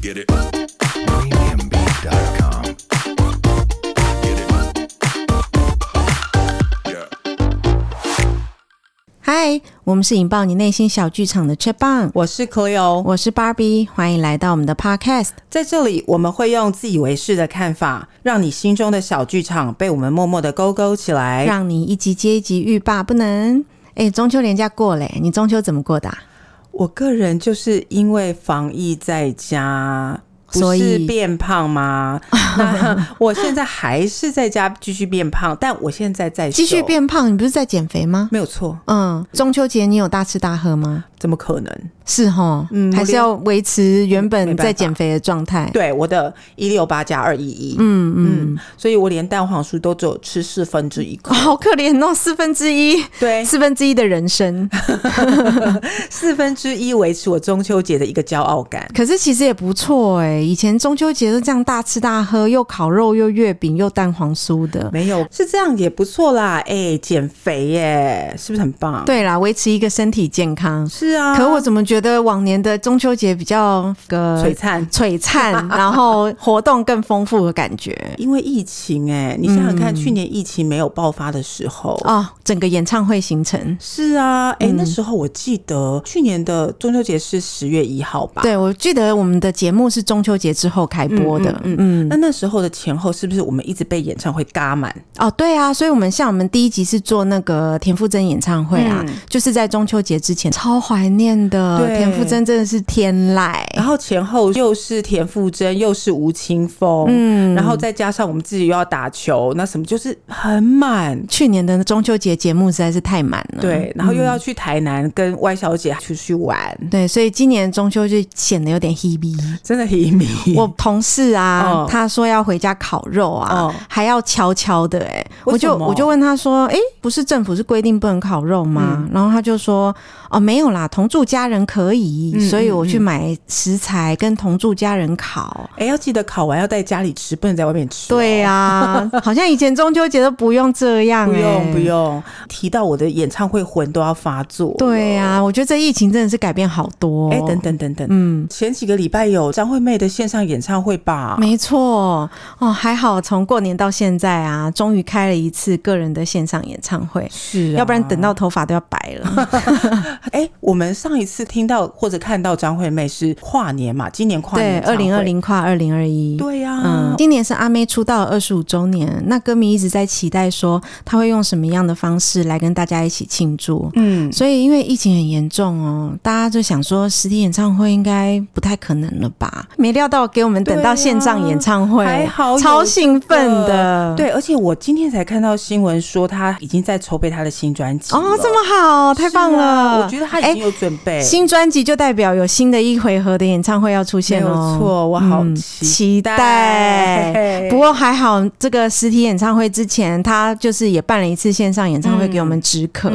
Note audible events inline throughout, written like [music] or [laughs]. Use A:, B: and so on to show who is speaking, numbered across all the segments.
A: Get it. Premiumbeat.com. Get it. Yeah.
B: 嗨，我们是引爆你内心小剧场的 c h e p on，
C: 我是 Cleo，
B: 我是 Barbie，欢迎来到我们的 Podcast。
C: 在这里我们会用自以为是的看法，让你心中的小剧场被我们默默的勾勾起来。
B: 让你一集接一集欲罢不能。哎，中秋连假过嘞，你中秋怎么过的啊、
C: 我个人就是因为防疫在家。不
B: 所
C: 是
B: 以
C: 变
B: [laughs]
C: 胖吗？那我现在还是在家继续变胖，但我现在在
B: 继续
C: 瘦，
B: 变胖，你不是在减肥吗？
C: 没有错，
B: 嗯，中秋节你有大吃大喝吗？
C: 怎么可能？
B: 是吼，
C: 嗯
B: 还是要维持原
C: 没
B: 本
C: 办法
B: 在减肥的状态。
C: 对，我的一六八加二一一，
B: 嗯嗯，
C: 嗯，所以我连蛋黄酥都只有吃四分之一口
B: [laughs] 哦，。好可怜哦，四分之一，
C: 对，
B: 四分之一的人
C: [laughs]
B: 生。
C: 四分之一维持我中秋节的一个骄傲感。
B: 可是其实也不错哎、以前中秋节都这样大吃大喝，又烤肉又月饼又蛋黄酥的。
C: 没有，是这样也不错啦。哎、减肥耶，是不是很棒？，
B: 对啦，维持一个身体健康。
C: 是啊。
B: 可我怎么觉得往年的中秋节比较个
C: 璀璨，
B: 璀
C: [laughs]
B: 璨，然后活动更丰富的感觉
C: 因为疫情哎、你想想
B: 嗯
C: 看，去年疫情没有爆发的时候。
B: 哦，整个演唱会行程。
C: 是啊，
B: 嗯
C: 哎、那时候我记得去年的中秋节是十月一号吧？，
B: 对，我记得我们的节目是中秋节之后开播的，嗯
C: 那那时候的前后是不是我们一直被演唱会嘎满？
B: 哦，对啊，所以我们像我们第一集是做那个田馥甄演唱会啊，就是在中秋节之前，超怀念的。
C: 嗯对啊
B: 田馥甄真的是天籁，
C: 然后前后又是田馥甄，又是吴青峰，嗯，然后再加上我们自己又要打球，那什么就是很满，
B: 去年的中秋节节目实在是太满了。
C: 对，然后又要去台南跟歪小姐出去玩，
B: 对，所以今年中秋就显得有点 hebe。
C: 真的很迷。
B: [laughs] 我同事啊，
C: 嗯
B: 他说要回家烤肉啊，
C: 嗯
B: 还要悄悄的哎、我
C: 为什
B: 就
C: 么
B: 我就问他说，哎、不是政府是规定不能烤肉吗？
C: 嗯
B: 然后他就说，哦，没有啦，同住家人可以，
C: 嗯
B: 所以我去买食材跟同住家人烤。
C: 哎、要记得烤完要在家里吃，不能在外面吃、哦
B: 对、
C: [laughs]
B: 啊，好像以前中秋节都不用这样、
C: 不
B: 哎
C: 用不。用。提到我的演唱会魂都要发作。
B: 对啊，我觉得这疫情真的是改变好多。
C: 哎、等，等等等，
B: 嗯。
C: 前几个礼拜有张惠妹的线上演唱会吧？
B: 没错哦，还好从过年到现在啊，终于开了一次个人的线上演唱会，
C: 是啊
B: 要不然等到头发都要白
C: [laughs]
B: 了。
C: 哎、我们上一次听到或者看到张惠妹是跨年嘛，今年跨
B: 对，
C: 年
B: 二零二
C: 演
B: 零跨二零二一。
C: 唱会，对呀、啊
B: 嗯，今年是阿妹出道二十五周年，那歌迷一直在期待说她会用什么样的方式来跟大家一起庆祝。
C: 嗯，
B: 所以因为疫情很严重哦，大家就想说实体演唱会应该不太可能了吧？没料到给我们等
C: 对
B: 到
C: 啊
B: 线上演唱会，
C: 还好有
B: 超兴奋的。
C: 对，而且我今天才看到新闻说她已经在筹备她的新专辑
B: 哦，
C: 了
B: 这么好，太棒
C: 是
B: 了！
C: 啊我觉得她已
B: 哎
C: 经有准备，
B: 新专辑就代表有新的一回合的演唱会要出现
C: 没有
B: 哦。
C: 错，我好
B: 嗯
C: 期
B: 待
C: 待。 [laughs]
B: 不过还好，这个实体演唱会之前，他就是也办了一次线上演唱会给我们止渴，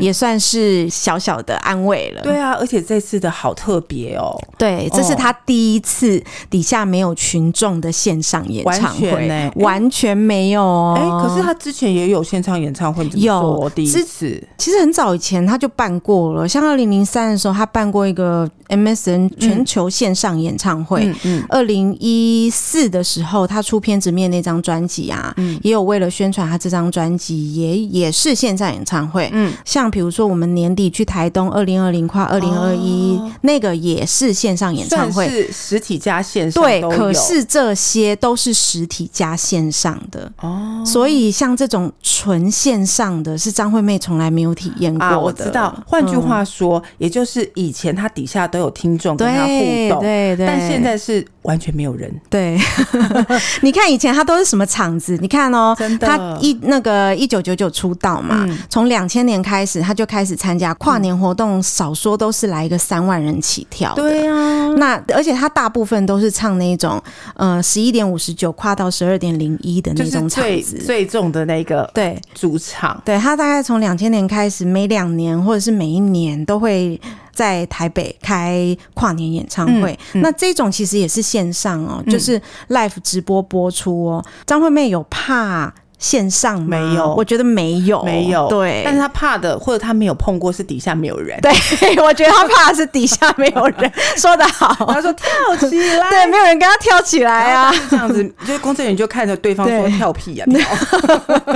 B: 也算是小小的安慰了。
C: 嗯对啊，而且这次的好特别哦，
B: 对，这是他第一次底下没有群众的线上演唱会，
C: 完全欸
B: 完全没有哦。
C: 哎、可是她之前也有现场演唱会，你怎么
B: 有
C: 说第一
B: 之
C: 次
B: 其实很早以前他就办过了，像二零零三的时候，他办过一个 MSN 全球线上演唱会。
C: 嗯，
B: 二零一四的时候，他出《片子面》那张专辑啊，
C: 嗯
B: 也有为了宣传他这张专辑，也也是线上演唱会。嗯，像比如说我们年底去台东，二零二零跨二零二一那个也是线上演唱
C: 哦算
B: 会。
C: 是实体加线上
B: 对，
C: 都
B: 可
C: 有
B: 是这些都是实体加线上的，
C: 哦
B: 所以像这种纯线上的是张惠妹从来没有体验过的。
C: 啊，我知道。换句
B: 嗯
C: 话说，也就是以前她底下都有听众跟她互
B: 对
C: 动，
B: 对对，
C: 但现在是完全没有人。
B: 对， [laughs] 你看以前他都是什么场子？你看哦，
C: 真的嗯
B: 他一那个一九九九出道嘛，从两千年开始他就开始参加跨年活动，少说都是来一个三万人起跳的。
C: 对啊，
B: 那而且他大部分都是唱那种呃十一点五十九跨到十二点零一的
C: 就
B: 那
C: 是
B: 种场
C: 最
B: 子，
C: 最重的那个
B: 对。
C: 主场。
B: 对他大概从两千年开始，每两年或者是每一年都会在台北开跨年演唱会。
C: 嗯
B: 那这种其实也是线上哦，就是 live 直播播出哦。张惠妹有怕。线上吗
C: 没有
B: 我觉得没有，
C: 没有，
B: 对，
C: 但是他怕的或者他没有碰过是底下没有人，
B: 对， [laughs] 我觉得他怕的是底下没有
C: [laughs]
B: 人，说得好，
C: 他说跳起来，
B: 对，没有人跟他跳起来
C: 然后
B: 啊
C: 他。是这样子，
B: [laughs]
C: 就是工作人员就看着对方说
B: 对
C: 跳屁呀、跳， [laughs]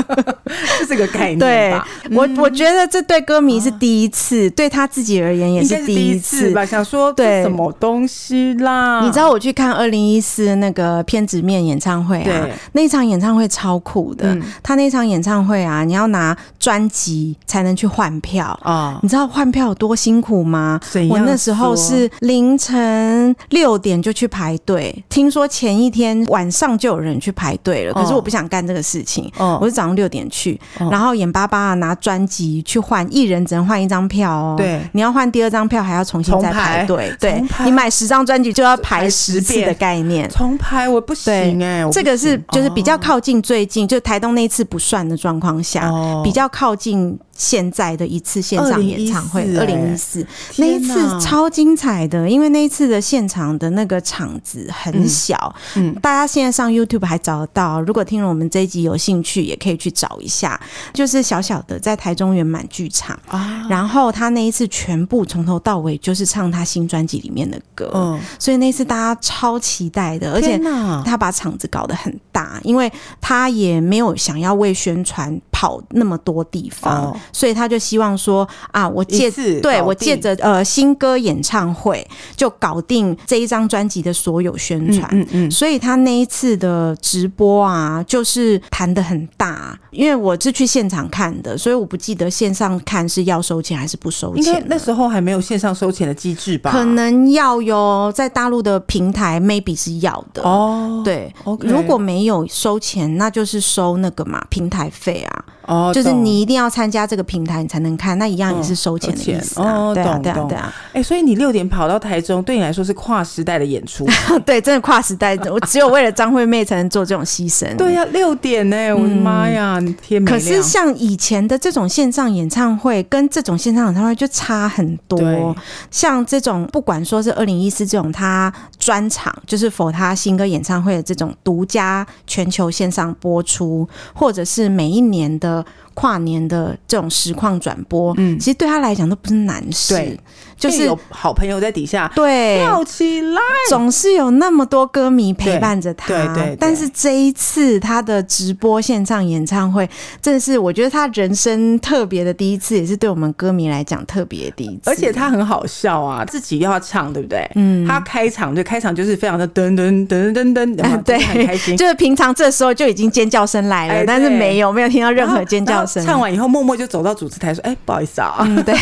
C: 是这个概念
B: 对
C: 吧？嗯啊
B: 我，我觉得这对歌迷是第一次，对他自己而言也
C: 应该是
B: 第
C: 第一次
B: 次。
C: 吧，想说这
B: 对
C: 什么东西啦？
B: 你知道我去看二零一四那个偏执面演唱会啊
C: 对，嗯
B: 那一场演唱会超酷的。他那一场演唱会啊，你要拿专辑才能去换票。
C: 啊？
B: 你知道换票有多辛苦吗
C: 怎？样
B: 我那时候是凌晨六点就去排队，听说前一天晚上就有人去排队了，可是
C: 哦
B: 我不想干这个事情，
C: 哦
B: 我是早上六点去，
C: 哦
B: 然后眼巴巴地拿专辑去换，一人只能换一张票哦。
C: 对
B: 你要换第二张票还要重新再
C: 重排
B: 排队，对
C: 重排
B: 你买十张专辑就要排
C: 排
B: 十
C: 十
B: 次的
C: 遍
B: 概念。
C: 重拍我不行哎、我不
B: 这个是
C: 行
B: 就是比较靠近最近，就台东那一次不算的状况下，
C: 哦
B: 啊比较靠近现在的一次线上演唱会，
C: 2014
B: 二
C: 哎
B: 零一四那一
C: 天哪
B: 次超精彩的，因为那一次的现场的那个场子很小，
C: 嗯
B: 大家现在上 YouTube 还找得到，如果听了我们这一集有兴趣，也可以去找一下，就是小小的在台中圆满剧场，
C: 啊，
B: 然后他那一次全部从头到尾就是唱他新专辑里面的歌，
C: 嗯，
B: 所以那次大家超期待的，而且
C: 天哪
B: 他把场子搞得很大，因为他也没有想要为宣传跑那么多地方，
C: 哦
B: 所以他就希望说啊，我借
C: 一次
B: 对
C: 搞
B: 我借
C: 定
B: 着呃新歌演唱会就搞定这一张专辑的所有宣传。
C: 嗯嗯，
B: 所以他那一次的直播啊，就是谈的很大，因为我是去现场看的，所以我不记得线上看是要收钱还是不收
C: 应该
B: 钱。
C: 那时候还没有线上收钱的机制吧？
B: 可能要哟，在大陆的平台 maybe 是要的。
C: 哦，
B: 对
C: OK
B: 如果没有收钱，那就是收那个嘛平台费啊，
C: 哦，
B: 就是
C: 懂
B: 你一定要参加这个平台，你才能看，那一样也是收钱的
C: 收钱
B: 意思啊。
C: 哦
B: 对啊，
C: 懂
B: 对啊，
C: 懂
B: 对啊， [laughs]
C: 哎、所以你六点跑到台中，对你来说是跨时代的演出。
B: 对，真的跨时代，我只有为了张惠妹才能做这种牺牲。
C: 对呀、六点呢、我的妈呀，你天没
B: 嗯啊可是
C: 亮。
B: 像以前的这种线上演唱会，跟这种线上演唱会就差很多
C: 对。
B: 像这种，不管说是二零一四这种他专场，就是否他新歌演唱会的这种独家全球线上播出，或者是每一年的跨年的这种实况转播，嗯，其实对他来讲都不是难事
C: 对，
B: 就
C: 因为
B: 是
C: 有好朋友在底下
B: 对。
C: 跳起来，
B: 总是有那么多歌迷陪伴着他，
C: 对对对对
B: 但是这一次他的直播线上演唱会，真的是我觉得他人生特别的第一次，也是对我们歌迷来讲特别的第一次。
C: 而且他很好笑啊，自己又要唱，对不对？
B: 嗯
C: 他开场就开场就是非常的噔噔噔噔噔，
B: [laughs]
C: 有没有
B: 对
C: 就是很开心。
B: 就是平常这时候就已经尖叫声来了，
C: 哎
B: 但是
C: 对
B: 没有没有听到任何尖叫声
C: 然后。唱完以后，默默就走到主持台说：“哎、不好意思啊，
B: 嗯，
C: [laughs]
B: 对。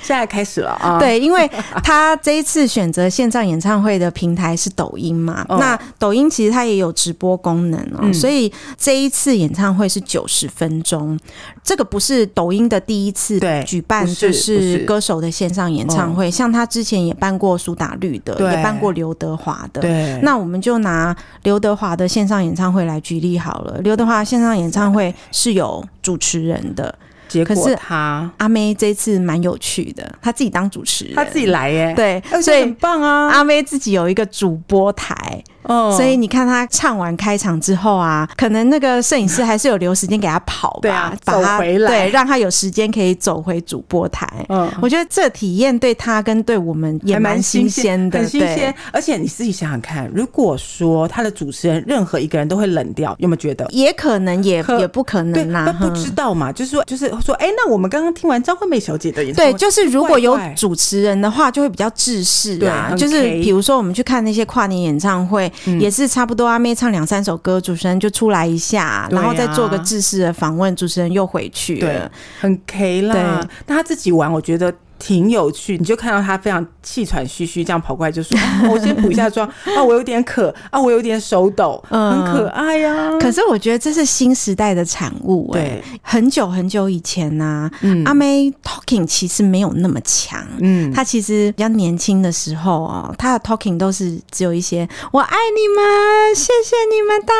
C: 现在开始了啊。”，
B: 对，因为他这一次选择线上演唱会的平台是抖音嘛，
C: [laughs] 哦嗯
B: 那抖音其实它也有直播功能哦，所以这一次演唱会是九十分钟，这个不是抖音的第一次
C: 对
B: 举办，
C: 不是
B: 就
C: 不
B: 是
C: 是哦
B: 歌手的线上演唱会，像他之前也办过苏打绿的，
C: 对
B: 也办过刘德华的，
C: 对
B: 那我们就拿刘德华的线上演唱会来举例好了，刘德华线上演唱会是有主持人的。
C: 结
B: 可是
C: 果他
B: 阿妹这次蛮有趣的，她自己当主持人，
C: 他自己来耶、
B: 对
C: 哎，我觉
B: 所
C: 得
B: 以
C: 很棒啊。
B: 阿妹自己有一个主播台，
C: 哦
B: 所以你看她唱完开场之后啊，可能那个摄影师还是有留时间给她跑吧，
C: 对啊
B: 把她
C: 走回来
B: 对，让她有时间可以走回主播台。
C: 嗯
B: 我觉得这体验对她跟对我们也
C: 还
B: 蛮新鲜的，
C: 很新
B: 对
C: 鲜。而且你自己想想看，如果说他的主持人任何一个人都会冷掉，有没有觉得？
B: 也可能也
C: 可
B: 也不可
C: 对，
B: 能啦、
C: 他不
B: 哼
C: 知道嘛，就是说，就是说，哎、那我们刚刚听完张惠妹小姐的演唱
B: 对，
C: 会，
B: 就是如果有
C: 怪怪
B: 主持人的话，就会比较制式啊。
C: 对很
B: 就是比
C: K 嗯
B: 如说我们去看那些跨年演唱会，也是差不多阿妹唱两三首歌，主持人就出来一下，
C: 对啊
B: 然后再做个制式的访问，主持人又回去
C: 对
B: 了。，
C: 很 K 啦
B: 对。
C: 但他自己玩，我觉得。挺有趣，你就看到他非常气喘吁吁，这样跑过来
B: [laughs]
C: 就说：“啊我先补一下妆啊，我有点渴啊，我有点手抖，
B: 嗯
C: 很可爱呀、
B: 可是我觉得这是新时代的产物、哎，
C: 对，
B: 很久很久以前呐、阿妹 talking 其实没有那么强，
C: 嗯，
B: 她其实比较年轻的时候哦，她的 talking 都是只有一些“我爱你们，谢谢你们大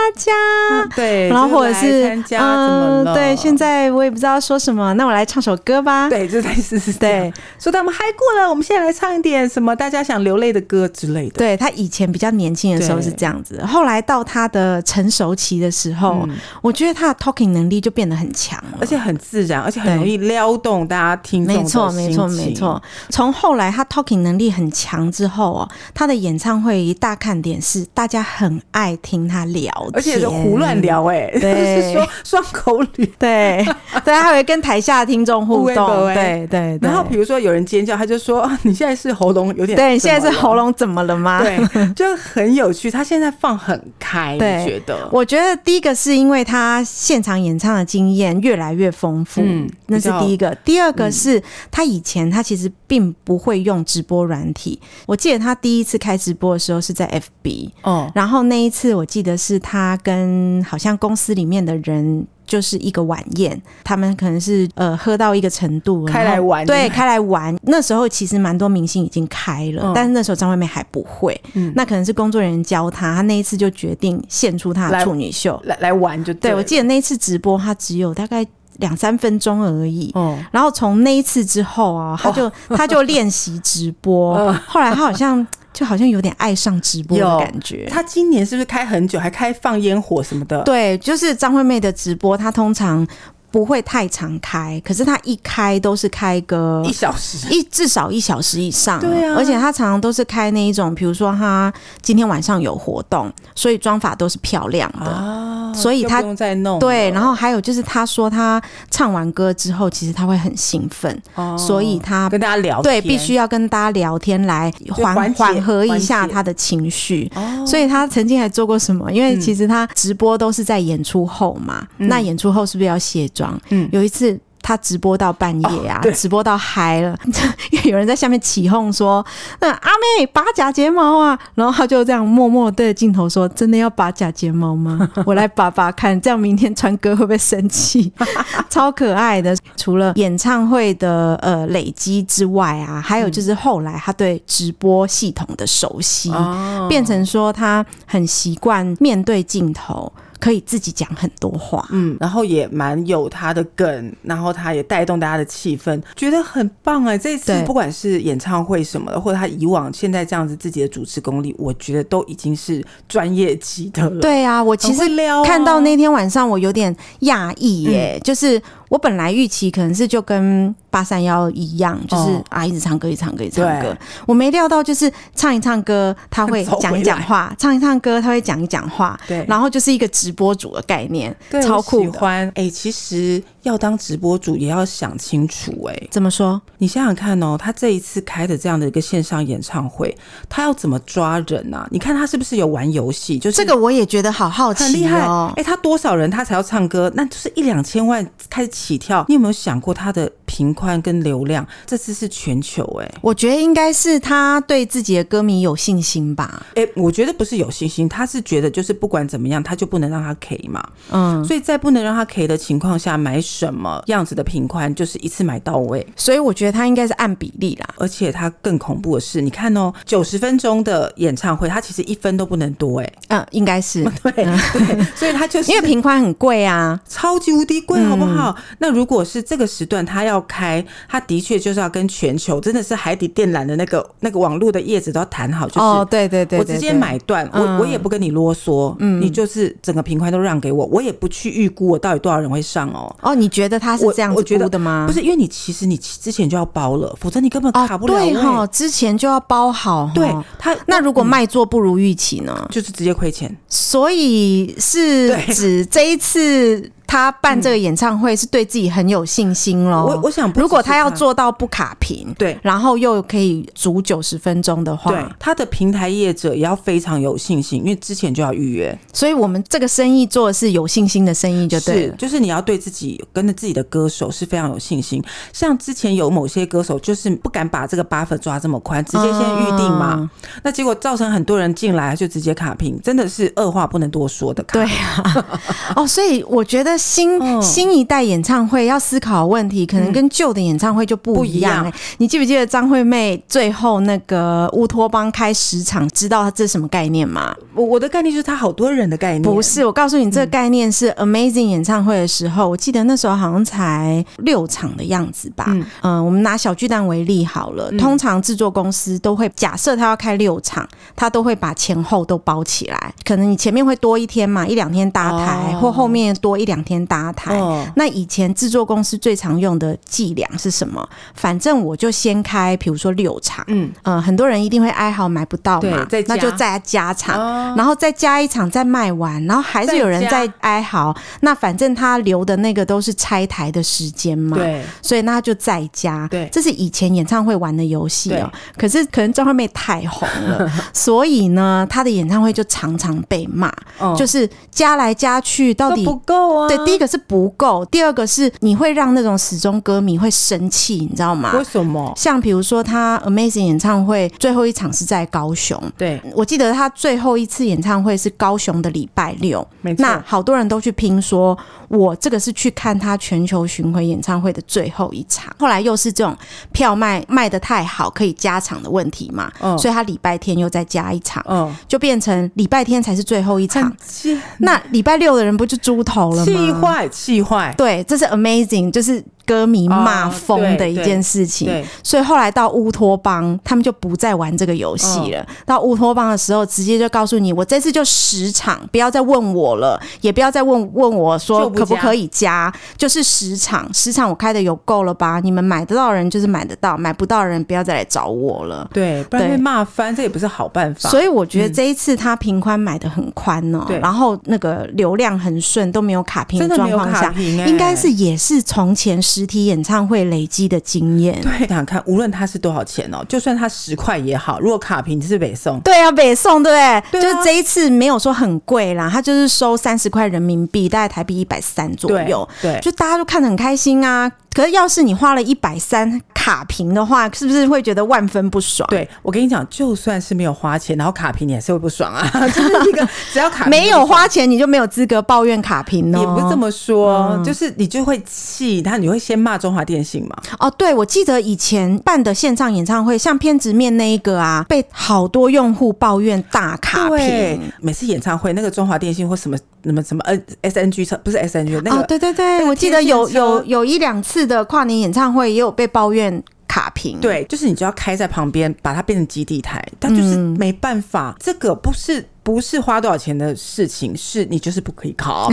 B: 家”，
C: 对，
B: 然后
C: 哎就
B: 或者
C: 来
B: 是嗯
C: 参加怎么了？
B: 对，现在我也不知道说什么，那我来唱首歌吧。
C: 对，就类似是这样
B: 对，
C: 说他们嗨过了，我们现在来唱一点什么大家想流泪的歌之类的。
B: 对他以前比较年轻的时候是这样子，后来到他的成熟期的时候，我觉得他的 talking 能力就变得很强了。
C: 嗯而且很自然，而且很容易撩动大家听众
B: 没
C: 的
B: 错，没错，
C: 心情
B: 没错。。从后来他 talking 能力很强之后哦，他的演唱会一大看点是大家很爱听他聊天，
C: 而且是胡乱。聊哎、欸，
B: 对
C: [laughs] 就是说双口语。 [laughs]
B: 对对，他还会跟台下的听众互
C: 喂
B: 动，
C: 喂
B: 对对对。
C: 然后比如说有人尖叫，他就说啊：“你现在是喉咙有点……
B: 对，现在是喉
C: 咙。” [laughs]
B: 咙啊怎么了吗？
C: 对，就很有趣。他现在放很开，你
B: 对
C: 觉得？
B: 我觉得第一个是因为他现场演唱的经验越来越丰富，
C: 嗯
B: 那
C: 比
B: 是
C: 较嗯
B: 第一个。第二个是、他以前他其实并不会用直播软体，我记得他第一次开直播的时候是在 FB，
C: 哦，
B: 然后那一次我记得是他跟好像公司里面的人。就是一个晚宴，他们可能是呃喝到一个程度，
C: 开
B: 然后
C: 来玩
B: 对，开来玩。那时候其实蛮多明星已经开了，
C: 嗯
B: 但是那时候张惠妹还不会，
C: 嗯
B: 那可能是工作人员教她，她那一次就决定献出她的
C: 来
B: 处女秀。
C: 来来玩就
B: 对
C: 了
B: 我记得那一次直播，她只有大概两三分钟而已，
C: 哦，
B: 然后从那一次之后啊，他就、他就练习直播，
C: [laughs] 嗯
B: 后来他好像就好像有点爱上直播的
C: 有
B: 感觉。
C: 他今年是不是开很久，还开放烟火什么的？，
B: 对，就是张惠妹的直播，她通常不会太常开，可是她一开都是开个
C: 一小时。
B: 一至少一小时以上，
C: 对啊
B: 而且他常常都是开那一种，比如说他今天晚上有活动，所以妆法都是漂亮的。
C: 啊，
B: 所以
C: 就
B: 他
C: 不用再弄了，
B: 对，然后还有就是，他说他唱完歌之后，其实他会很兴奋，
C: 哦
B: 所以他
C: 跟大家聊
B: 对
C: 天，
B: 必须要跟大家聊天来缓
C: 缓解
B: 缓和一
C: 缓
B: 下
C: 解
B: 他的情绪。
C: 哦
B: 所以他曾经还做过什么？因为其实他直播都是在演出后嘛，那演出后是不是要卸妆？
C: 嗯
B: 有一次。他直播到半夜啊，
C: 哦对
B: 直播到嗨了， [laughs] 因为有人在下面起哄说：“那阿妹拔假睫毛啊！”然后他就这样默默地对着镜头说：“真的要拔假睫毛吗？ [laughs] 我来拔拔看，这样明天川哥会不会生气？” [laughs] 超可爱的。除了演唱会的呃累积之外啊，还有
C: 嗯
B: 就是后来他对直播系统的熟悉，
C: 哦
B: 变成说他很习惯面对镜头，可以自己讲很多话。
C: 嗯，然后也蛮有他的梗，然后他也带动大家的气氛，觉得很棒哎、这次
B: 对
C: 不管是演唱会什么的，或者他以往现在这样子自己的主持功力，我觉得都已经是专业级的了。，
B: 对啊，我其实
C: 很会撩啊
B: 看到那天晚上，我有点讶异耶，就是我本来预期可能是就跟八三幺一样，就是、
C: 哦
B: 啊一直唱歌，一直唱歌，一直唱歌
C: 对。
B: 我没料到就是唱一唱歌，他 [laughs] 会
C: 走回来
B: 讲一讲话，唱一唱歌，他会讲一讲话，
C: 对
B: 然后就是一个直播主的概念
C: 对，
B: 超
C: 我
B: 酷
C: 喜
B: 的。
C: 欢哎、其实要当直播主也要想清楚哎、
B: 怎么说？
C: 你想想看哦，他这一次开的这样的一个线上演唱会，他要怎么抓人啊？你看他是不是有玩游戏？就是
B: 这个我也觉得好好
C: 很厉
B: 奇
C: 害，
B: 哦
C: 哎、。他多少人他才要唱歌？那就是一两千万开始起跳。你有没有想过他的频宽跟流量？这次是全球、哎
B: 我觉得应该是他对自己的歌迷有信心吧。
C: 哎、我觉得不是有信心，他是觉得就是不管怎么样，他就不能让他 K 嘛。
B: 嗯，
C: 所以在不能让他 K 的情况下，买什么样子的频宽，就是一次买到位。
B: 所以我觉得他应该是按比例啦。
C: 而且他更恐怖的是，你看哦，九十分钟的演唱会，他其实一分都不能多哎、
B: 嗯，应该 [laughs] 是，
C: 对对， [laughs] 所以他就是
B: 因为平宽很贵啊。
C: 超级无敌贵，好不好？
B: 嗯
C: 那如果是这个时段他要开，他的确就是要跟全球真的是海底电缆的那个那个网络的叶子都要谈好，就是。
B: 哦，对对对，
C: 我
B: 对
C: 直接
B: 对
C: 买断，
B: 嗯
C: 我我也不跟你啰嗦，你就是整个平宽都让给我，我也不去预估我到底多少人会上哦。
B: 哦，你觉得他是
C: 我
B: 这样
C: 我
B: 子
C: 觉得
B: 估的吗？
C: 不是，因为你其实你之前就要包了，否则你根本
B: 啊哦
C: 卡，不了位。
B: 对哈，哦之前就要包好哈。
C: 对嗯他
B: 那如果卖座不如预期呢？
C: 就是直接亏钱，
B: 所以是
C: 对
B: 指这一次他办这个演唱会是对自己很有信心喽。
C: 我我想不只是
B: 如果他要
C: 他
B: 做到不卡屏，
C: 对
B: 然后又可以足九十分钟的
C: 对
B: 话，
C: 他的平台业者也要非常有信心，因为之前就要预约。
B: 所以我们这个生意做的是有信心的生意，就对
C: 是
B: 了，。
C: 就是你要对自己跟着自己的歌手是非常有信心。像之前有某些歌手就是不敢把这个 buffer 抓这么宽，直接先预定
B: 嗯
C: 嘛，那结果造成很多人进来就直接卡屏，真的是二话不能多说的卡。
B: 对，啊，哦，所以我觉得得新、
C: 嗯
B: 新一代演唱会要思考的问题，可能跟旧的演唱会就不一样、
C: 不一
B: 欸。你记不记得张惠妹最后那个乌托邦开十场，知道这是什么概念吗？
C: 我我的概念就是它好多人的概念，
B: 不是，我告诉你，
C: 嗯
B: 这个概念是 Amazing 演唱会的时候，我记得那时候好像才六场的样子吧。嗯、我们拿小巨蛋为例好了，
C: 嗯
B: 通常制作公司都会假设他要开六场，他都会把前后都包起来，可能你前面会多一天嘛，一两天搭台，
C: 哦
B: 或后面多一两天搭台。
C: 哦
B: 那以前制作公司最常用的伎俩是什么？反正我就先开，比如说六场，
C: 嗯
B: 嗯，呃，很多人一定会哀嚎买不到嘛，
C: 对再
B: 那
C: 加
B: 就再加场，
C: 哦
B: 然后再加一场再卖完，然后还是有人在哀嚎。那反正他留的那个都是拆台的时间嘛，，
C: 对
B: 所以那他就再加，
C: 对
B: 这是以前演唱会玩的游戏哦。可是可能张惠妹太红
C: [laughs]
B: 了，所以呢，她的演唱会就常常被骂，
C: 哦
B: 就是加来加去到
C: 都
B: 底
C: 不够啊。
B: 对，第一个是不够，第二个是你会让那种死忠歌迷会生气，你知道吗？
C: 为什么？
B: 像比如说他 Amazing 演唱会最后一场是在高雄，
C: 对，
B: 我记得他最后一次演唱会是高雄的礼拜六，
C: 没错
B: 那好多人都去拼说，我这个是去看他全球巡回演唱会的最后一场。后来又是这种票卖卖的太好，可以加场的问题嘛，
C: 嗯
B: 所以他礼拜天又再加一场，
C: 嗯，
B: 就变成礼拜天才是最后一场
C: 很。气
B: 那礼拜六的人不就猪头了吗？
C: 嗯气坏，气坏，
B: 对，这是 amazing，就是歌迷骂疯的一件事情。
C: 哦对，
B: 所以后来到乌托邦，他们就不再玩这个游戏了。
C: 嗯
B: 到乌托邦的时候，直接就告诉你，我这次就十场，不要再问我了，也不要再问问我
C: 就
B: 说
C: 不加
B: 可不可以加，就是十场，十场我开的有够了吧？你们买得到的人就是买得到，买不到的人不要再来找我了。
C: 对，不然
B: 对
C: 被骂翻，这也不是好办法。
B: 所以我觉得这一次他平宽买的很宽哦、
C: 对
B: 然后那个流量很顺，都没有卡屏
C: 真的没
B: 状
C: 有
B: 况
C: 卡
B: 下，
C: 屏、欸，
B: 应该是也是从前实体演唱会累积的经验。
C: 对，想想看，无论它是多少钱哦，就算它十块也好，如果卡屏就是北宋，
B: 对啊，北宋对不对？
C: 对啊
B: 就是这一次没有说很贵啦，他就是收三十块人民币，大概台币一百三左
C: 对
B: 右。
C: 对，
B: 就大家都看得很开心啊。可是要是你花了一百三卡屏的话，是不是会觉得万分不爽？，
C: 对我跟你讲，就算是没有花钱，然后卡屏你还是会不爽啊， [laughs] 就是一个只要卡屏
B: 没有花钱你就没有资格抱怨卡屏哦。嗯
C: 也不是这么说，就是你就会气他，你会先骂中华电信嘛？
B: 哦，对，我记得以前办的线上演唱会，像偏执面那一个啊，被好多用户抱怨大卡
C: 对
B: 屏。，
C: 每次演唱会那个中华电信或什么什么什么 N S N G 车不是 S N G 那个、
B: 哦，对对对，
C: 个
B: 我记得
C: 天线
B: 有
C: 车
B: 有有一两次的跨年演唱会也有被抱怨卡屏，，
C: 对，就是你就要开在旁边，把它变成基地台，它就是
B: 嗯
C: 没办法，这个不是不是花多少钱的事情，是你就是不可以
B: [laughs]
C: 考。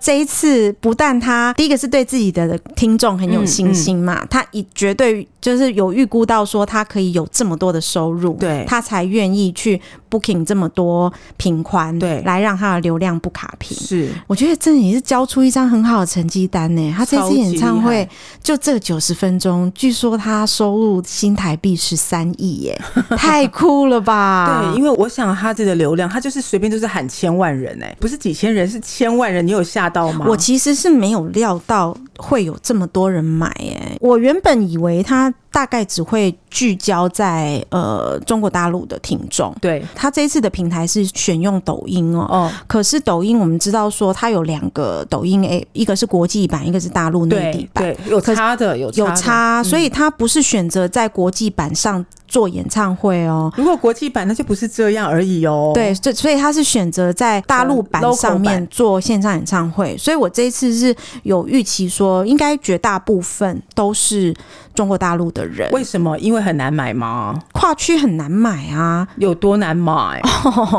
B: 这一次不但他第一个是对自己的听众很有信心
C: 嗯
B: 嘛，他一绝对就是有预估到说他可以有这么多的收入，
C: 对
B: 他才愿意去 booking 这么多频宽，
C: 对
B: 来让他的流量不卡屏。
C: 是，
B: 我觉得这也是交出一张很好的成绩单呢。他这
C: 超
B: 次
C: 级
B: 演唱
C: 厉
B: 会
C: 害
B: 就这九十分钟，据说他收入新台币十三亿
C: [laughs]
B: 耶，太酷了吧？
C: 对，因为我想他这个流量，他就是随便就是喊千万人哎、不是几千人，是千万人，你有吓到吗？
B: 我其实是没有料到会有这么多人买耶、我原本以为他大概只会聚焦在呃中国大陆的听众。
C: 对，
B: 他这一次的平台是选用抖音哦，
C: 哦，
B: 可是抖音我们知道说它有两个抖音 A，一个是国际版，一个是大陆内地
C: 对
B: 版。
C: 对，有
B: 可是
C: 差的，有
B: 有
C: 的。嗯
B: 差，所以他不是选择在国际版上做演唱会哦。
C: 如果国际版那就不是这样而已哦。
B: 对，所所以他是选择在大陆版
C: 呃，local
B: 上面
C: 版
B: 做线上演唱会，所以我这一次是有预期说，应该绝大部分都是中国大陆的人，
C: 为什么？因为很难买吗？
B: 跨区很难买啊，
C: 有多难买？
B: 哦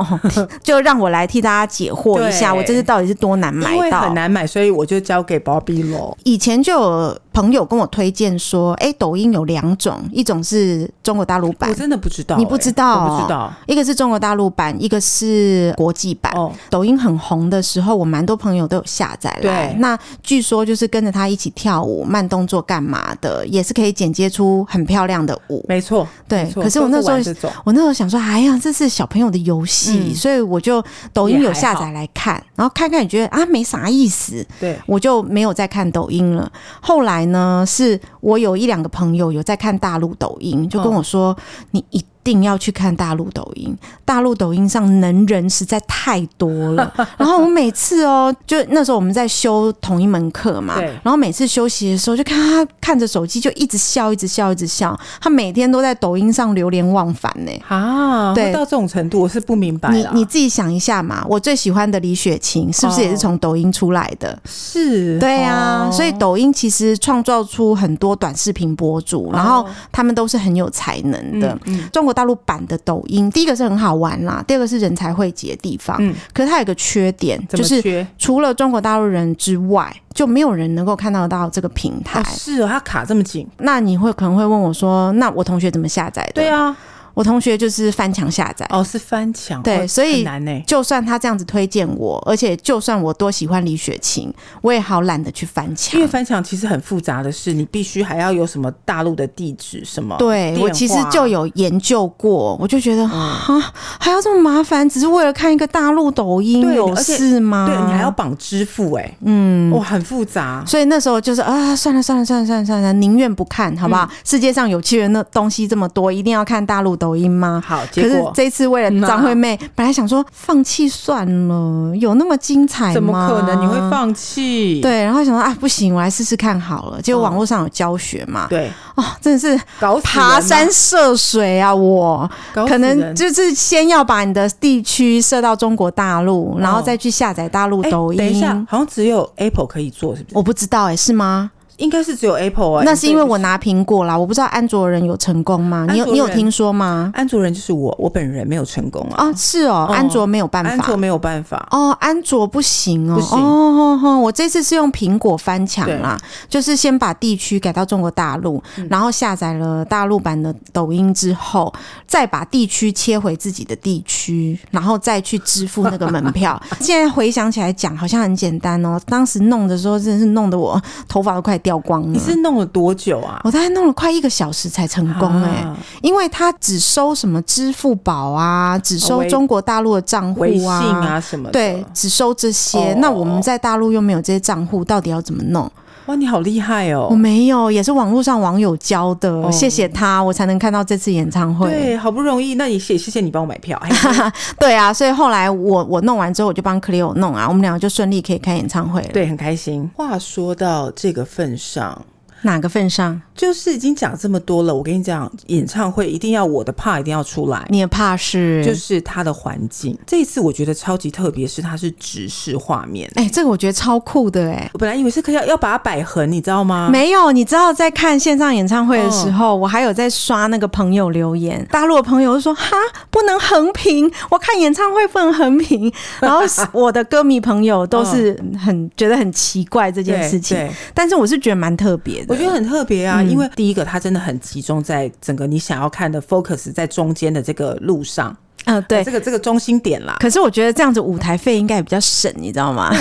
B: 就让我来替大家解惑一下，
C: 对
B: 我这次到底是多难
C: 因
B: 买
C: 为
B: 到
C: 很？难买，所以我就交给 Bobby 咯。
B: 以前就有朋友跟我推荐说，哎、抖音有两种，一种是中国大陆版
C: 我，真的不知道、欸
B: 你不知道
C: 我不知道
B: 一个是中国大陆版，一个是国际版。
C: 哦。
B: 抖音很红的时候，我蛮多朋友都有下载来。
C: 对
B: 那据说就是跟着他一起跳舞、慢动作干嘛的，也是可以剪接出很漂亮的舞。
C: 没错，
B: 对
C: 没，错
B: 哎可是我那时
C: 都玩这
B: 候。
C: 种
B: 我那时候想说，哎呀，这是小朋友的游戏，
C: 嗯
B: 所以我就抖音
C: 也
B: 有
C: 还
B: 下载来看，然后看看也觉得啊没啥意思，
C: 对
B: 我就没有再看抖音了。后来呢，是我有一两个朋友有在看大陆抖音，就跟我说：“你一定要去看大陆抖音，大陆抖音上能人实在太多
C: [laughs]
B: 了。然后我每次哦，就那时候我们在修同一门课嘛，
C: 对
B: 然后每次休息的时候，就看他看着手机就一直笑，一直笑，一直笑。他每天都在抖音上流连忘返呢、
C: 啊，
B: 对
C: 会到这种程度，我是不明白
B: 你
C: 啦
B: 你自己想一下嘛，我最喜欢的李雪琴是不是也是从抖音出来的？
C: 是
B: 对
C: 哦
B: 啊，所以抖音其实创造出很多短视频博
C: 哦
B: 主，然后他们都是很有才能
C: 嗯
B: 的。中国大陆版的抖音，第一个是很好玩啦，第二个是人才汇集的地方。
C: 嗯
B: 可是它有个缺点，
C: 怎
B: 就
C: 么
B: 是
C: 缺
B: 除了中国大陆人之外，就没有人能够看得到这个平台
C: 哦。是哦，它卡这么紧，
B: 那你会可能会问我说，那我同学怎么下载的？
C: 对，啊，
B: 我同学就是翻墙下载。
C: 哦是翻墙，
B: 对
C: 哦
B: 所以
C: 很难呢。
B: 就算他这样子推荐我，而且就算我多喜欢李雪琴，我也好懒得去翻墙
C: 因为。翻墙其实很复杂的是，你必须还要有什么大陆的地址什么电
B: 对
C: 话，嗯
B: 我其实就有研究过，我就觉得啊、还要这么麻烦，只是为了看一个大陆抖音，
C: 对
B: 有
C: 而且
B: 事吗？
C: 对你还要绑支付哎、嗯，哇，很复杂。
B: 所以那时候就是啊，算了算了算了算了算了，宁愿不看，好不
C: 嗯
B: 好？世界上有趣的那东西这么多，一定要看大陆抖音吗？
C: 好，
B: 可
C: 结
B: 是
C: 果嗯
B: 这一次为了张惠妹，本来想说放弃算了，有那么精彩吗？
C: 怎么可能你会？放弃？
B: 对，然后想说啊，不行，我来试试看好了。结果网络上有教学嘛，
C: 嗯对，
B: 哦，真的是
C: 搞死人啊
B: 爬山，涉水啊，我。
C: 搞死
B: 可能
C: 人
B: 就是先要把你的地区设到中国大陆，然后
C: 哦
B: 再去下载大陆
C: 哎
B: 抖音。
C: 等一下，好像只有 Apple 可以做，是不是？
B: 我不知道哎、是吗？
C: 应该是只有 Apple 哎、
B: 那是因为我
C: 对
B: 拿苹果啦，我不知道安卓人有成功吗？你有
C: 安卓人
B: 你有听说吗
C: 不？起安卓人就是我，我本人没有成功啊，
B: 啊，是哦，
C: 哦
B: 安卓没有办
C: 安
B: 法
C: 卓。没有办法。
B: 哦，安卓不行哦，
C: 不行
B: 哦哦哦，我这次是用苹果翻墙啦，就是先把地区改到中国大陆，
C: 嗯
B: 然后下载了大陆版的抖音之后，再把地区切回自己的地区，然后再去支付那个门
C: [laughs]
B: 票。现在回想起来讲，好像很简单哦，当时弄的时候真的是弄得我头发都快掉光了。
C: 你是弄了多久啊？
B: 我大概弄了快一个小时才成功哎、
C: 啊
B: 因为他只收什么支付宝啊，只收
C: 哦微
B: 中国大陆的账户
C: 微信啊什么的。
B: 对，只收这些。
C: 哦
B: 那我们在大陆又没有这些账户，到底要怎么弄？
C: 哇，你好厉害
B: 我
C: 哦！
B: 没有，也是网络上网友教的，
C: 哦
B: 谢谢他，我才能看到这次演唱会。
C: 对，好不容易，那也谢谢谢你帮我买票。 [laughs] 嘿
B: 对啊，所以后来我我弄完之后，我就帮 Cleo 弄啊，我们两个就顺利可以开演唱会了。
C: 对，很开心。话说到这个份上，
B: 哪个份上？
C: 就是已经讲这么多了，我跟你讲，演唱会一定要我的怕一定要出来。
B: 你也怕是？
C: 就是它的环境，这一次我觉得超级特别，是它是直视画面。
B: 哎、这个我觉得超酷的哎、
C: 我本来以为是可以要要把它摆横，你知道吗？
B: 没有，你知道在看线上演唱会的时
C: 嗯
B: 候，我还有在刷那个朋友留言，大陆的朋友就说哈不能横屏，我看演唱会不能横
C: [laughs]
B: 屏。然后我的歌迷朋友都是很觉得很奇怪这
C: 对
B: 件事情，
C: 对
B: 但是我是觉得蛮特别的。
C: 我觉得很特别啊，因为第一个它真的很集中在整个你想要看的 focus 在中间的这个路上，
B: 嗯、对。
C: 这个这个中心点啦。
B: 可是我觉得这样子舞台费应该也比较省，你知道
C: [laughs]
B: 吗？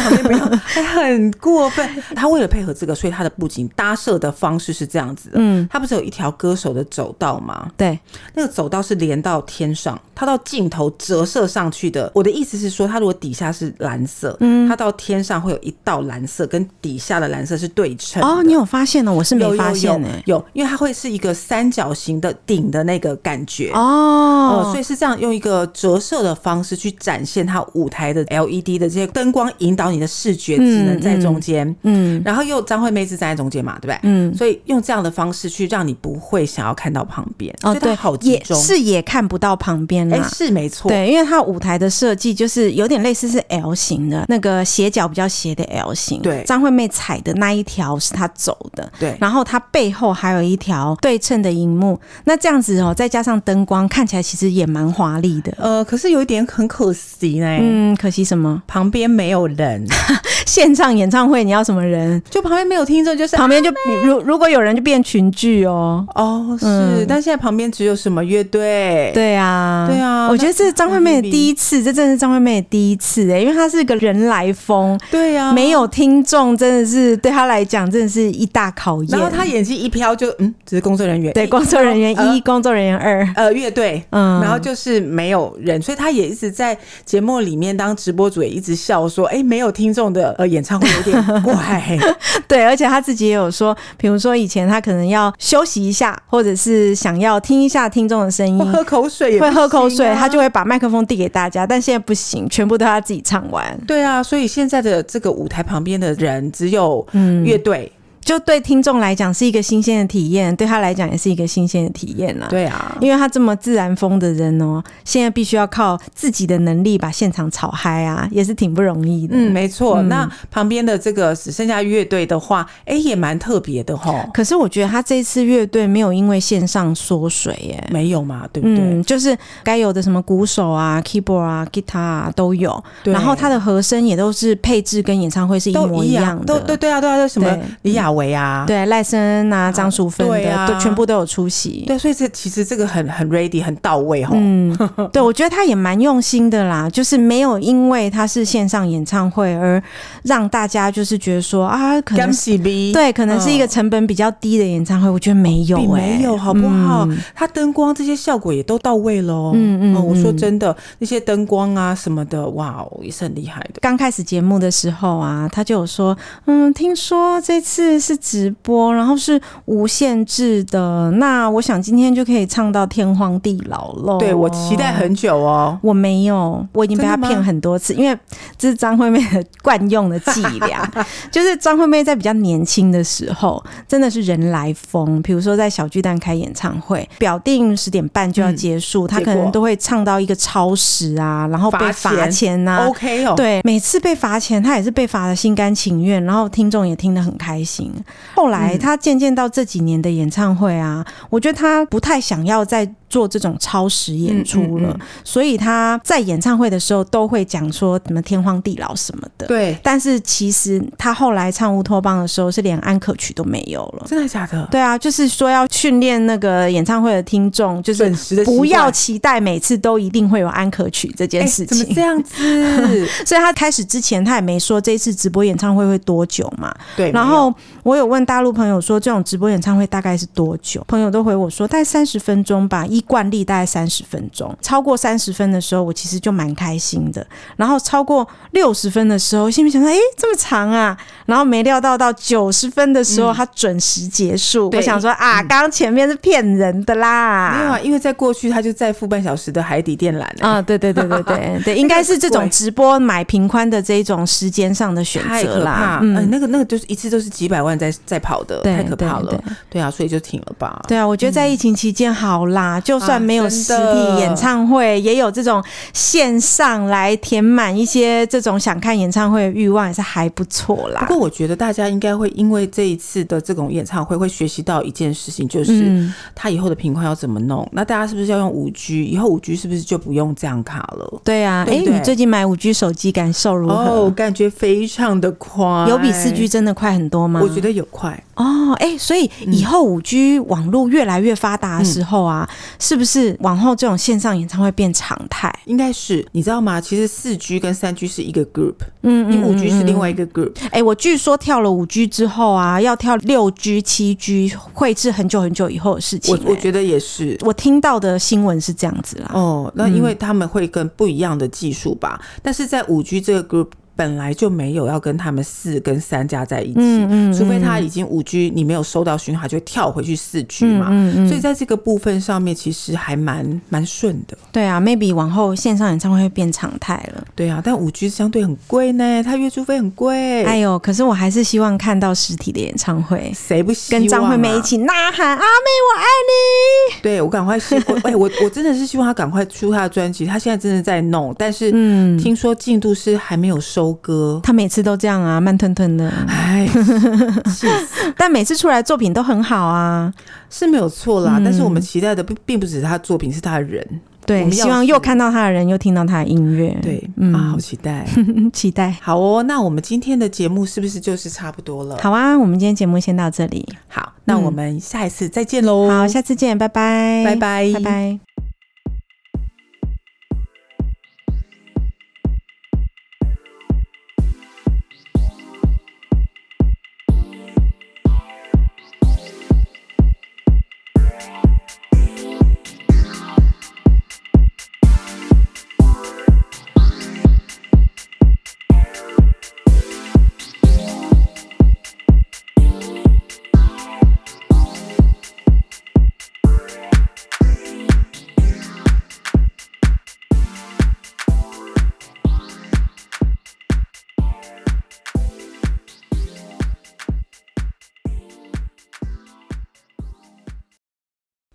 C: 哎很过分， [laughs] 他为了配合这个，所以他的布景搭设的方式是这样子的。
B: 嗯，
C: 他不是有一条歌手的走道吗？
B: 对，
C: 那个走道是连到天上，它到镜头折射上去的。我的意思是说，它如果底下是蓝色，嗯，它到天上会有一道蓝色，跟底下的蓝色是对称的。
B: 哦，你有发现呢？我是
C: 有
B: 没
C: 有
B: 发现欸哎呢、
C: 有有，因为它会是一个三角形的顶的那个感觉。
B: 哦
C: 哦，所以是这样用一个折射的方式去展现它舞台的 LED 的这些灯光，引导你的视觉只能在中间，
B: 嗯
C: 然后又张惠妹是站在中间嘛，对不对？
B: 嗯，
C: 所以用这样的方式去让你不会想要看到旁边，
B: 哦，
C: 所以它
B: 对，
C: 好集
B: 也
C: 中。啊
B: 视野看不到旁边啦。
C: 哎，是没错，
B: 对，因为它舞台的设计就是有点类似是 L 型的，那个斜角比较斜的 L 型。
C: 对
B: 张惠妹踩的那一条是她走的，
C: 对
B: 然后它背后还有一条对称的荧幕，那这样子哦，再加上灯光，看起来其实也蛮华丽的。
C: 呃，可是有一点很可惜呢，
B: 嗯，可惜什么？ [laughs]
C: 旁边没有人，
B: 线上演唱会你要什么人？
C: [laughs] 就旁边没有听众，就是
B: 旁边就如如果有人就变群聚哦。
C: 哦，是，但现在旁边只有什么乐队？
B: 对啊，
C: 对啊
B: 我觉得这是张惠妹的
C: 那
B: 第一次，这真的是张惠妹的第一次哎、因为她是个人来疯，
C: 对呀、
B: 没。有听众真的是对他来讲真的是一大考验。
C: 然后他眼睛一飘就，嗯，只是工作人员
B: 对
C: 一 [laughs]
B: 工作人员一、工作人员二，
C: 呃乐队，
B: 嗯
C: 然后就是没有人，所以他也一直在节目里面当直播主，也一直笑说：“哎、没有听众的呃演唱会有点
B: [laughs]
C: 怪。
B: 对，而且他自己也有说，比如说以前他可能要休息一下，或者是想要听一下听众的声音
C: 我，喝口水也、啊
B: 会喝口水，他就。会把麦克风递给大家。但现在不行，全部都他自己唱完，
C: 对啊，所以现在的这个舞台旁边的人只有
B: 嗯
C: 乐队，
B: 就对听众来讲是一个新鲜的体验，对他来讲也是一个新鲜的体验啦。
C: 对啊，
B: 因为他这么自然风的人哦，现在必须要靠自己的能力把现场炒嗨啊，也是挺不容易的。
C: 嗯，没错。那旁边的这个只剩下乐队的话，哎、也蛮特别的哈，
B: 可是我觉得他这次乐队没有因为线上缩水耶，
C: 没有嘛，对不对？
B: 嗯，就是该有的什么鼓手啊、keyboard 啊、guitar 啊都有，
C: 对
B: 然后他的和声也都是配置跟演唱会是一
C: 都
B: 模
C: 一
B: 样的，
C: 都对对啊，对啊，对什么
B: 对嗯
C: 李亚维啊，
B: 对赖声啊、张淑芬
C: 对
B: 的、
C: 啊
B: 都全部都有出席。
C: 对，所以这其实这个很很 ready，很到位哈。
B: 嗯，
C: 哦
B: 对，我觉得他也蛮用心的啦，就是没有因为他是线上演唱会而让大家就是觉得说啊，可能
C: 干洗 B
B: 对，可能是一个成本比较低的演唱会，我觉得没有、
C: 并
B: 欸，
C: 没有，好不好？哦它灯光这些效果也都到位喽。
B: 嗯嗯
C: 嗯哦我说
B: 嗯
C: 真的，那些灯光啊什么的，哇哦，也是很厉害的。
B: 刚开始节目的时候啊，他就有说，嗯，听说这次是直播，然后是无限制的，那我想今天就可以唱到天荒地老喽。
C: 对我期待。很久哦。
B: 我没有，我已经被他
C: 真的吗
B: 骗很多次，因为这是张惠妹的惯用的伎
C: [laughs]
B: 俩，就是张惠妹在比较年轻的时候，真的是人来疯。比如说在小巨蛋开演唱会，表定十点半就要结束，她
C: 嗯结
B: 可
C: 果
B: 能都会唱到一个超时啊，然后被
C: 罚钱
B: 罚钱啊，
C: OK 哦，
B: 对，每次被罚钱，他也是被罚的心甘情愿，然后听众也听得很开心。后
C: 嗯
B: 来他渐渐到这几年的演唱会啊，我觉得他不太想要再做这种超时演出了，
C: 嗯嗯
B: 所以他在演唱会的时候都会讲说什么天荒地老什么的。
C: 对，
B: 但是其实他后来唱乌托邦的时候，是连安可曲都没有了。
C: 真的假的？
B: 对啊，就是说要训练那个演唱会的听众，就是
C: 准时的习惯
B: 不要期待每次都一定会有安可曲这件
C: 哎
B: 事
C: 怎
B: 情。
C: 么这样子？
B: [laughs] 所以他开始之前他也没说这一次直播演唱会会多久嘛。
C: 对，
B: 然
C: 没有
B: 后我有问大陆朋友说这种直播演唱会大概是多久，朋友都回我说大概三十分钟吧，依惯例大概三十分钟。超过三十分的时候，我其实就蛮开心的。然后超过六十分的时候，心里想说诶，这么长啊，然后没料到到九十分的时候，他准时结束。
C: 嗯对嗯
B: 我想说啊，刚刚前面是骗人的
C: 没有
B: 啦
C: 啊，。因为在过去他就在付半小时的海底电缆了。
B: 啊，对对对对
C: [laughs]
B: 对对，应该是这种直播买平宽的这一种时间上的选
C: 太
B: 择
C: 可
B: 啦
C: 怕，。嗯、那个那个就是一次都是几百万在在跑的，
B: 对
C: 太可怕
B: 对
C: 了。
B: 对
C: 对啊，所以就停了吧。
B: 对啊，我觉得在疫情期间好
C: 嗯
B: 啦，就算没有实体演唱会，也有这种线上来填满一些这种想看演唱会的欲望，也是还不错啦
C: 不。过我觉得大家应该会因为这一次的这种演唱会，会学习到一件事情，就是
B: 嗯，
C: 他以后的频宽要怎么弄。那大家是不是要用五 G？以后五 G 是不是就不用这样卡了？
B: 对啊，哎、
C: 对不对
B: 你最近买五 G 手机感受如何？
C: [laughs] 哦，感觉非常的快，
B: 有比四 G 真的快很多吗？
C: 我觉得有快。
B: 哦，哎、所以以后五 G 网络越来越发
C: 嗯
B: 达的时候啊，是不是往后这种线上演唱会变常态？
C: 应该是你知道吗？其实四 G 跟三 G 是一个 group，
B: 嗯
C: 你五 G 是另外一个 group，
B: 哎、我据说跳了五 G 之后啊，要跳六 G、七 G，会是很久很久以后的事情、
C: 我我
B: 得
C: 觉得也是。
B: 我听到的新闻是这样子啦。
C: 哦，那因为
B: 嗯
C: 他们会跟不一样的技术吧，但是在五 G 这个 group 本来就没有要跟他们四跟三加在一起，
B: 嗯嗯
C: 除非他已经五 G，你没有收到讯号，它就会跳回去四 G 嘛。
B: 嗯嗯
C: 所以在这个部分上面，其实还蛮蛮顺的，
B: 对啊，maybe 往后线上演唱会会变常态了。
C: 对啊。但五 G 相对很贵呢，它月租费很贵，
B: 哎呦，可是我还是希望看到实体的演唱会，
C: 谁不希望、啊？
B: 跟张惠妹一，起呐喊“阿妹，我爱你
C: 对我赶快希
B: [laughs]
C: 望，哎、我我真的是希望他赶快出他的专辑，他现在真的在弄，但是
B: 嗯
C: 听说进度是还没有收
B: [laughs]
C: 割”。。
B: 她每次都这样啊，慢吞吞
C: [laughs]
B: 的，
C: 哎，气死！
B: 但每次出来作品都很好啊。
C: 是没有错啦，但是我们期待的并并不只是他的作品，是他的人。我
B: 对，
C: 们要
B: 希望
C: 是
B: 又看到她的人，又听到她的音乐。
C: 对，
B: 嗯
C: 啊，好期 [laughs] 待。
B: 期待。
C: 好哦，那我们今天的节目是不是就是差不多了？
B: 好啊，我们今天节目先到这里。
C: 嗯好，那我们下一次再见喽。
B: 好，下次见，拜拜，
C: 哦拜拜
B: 拜拜。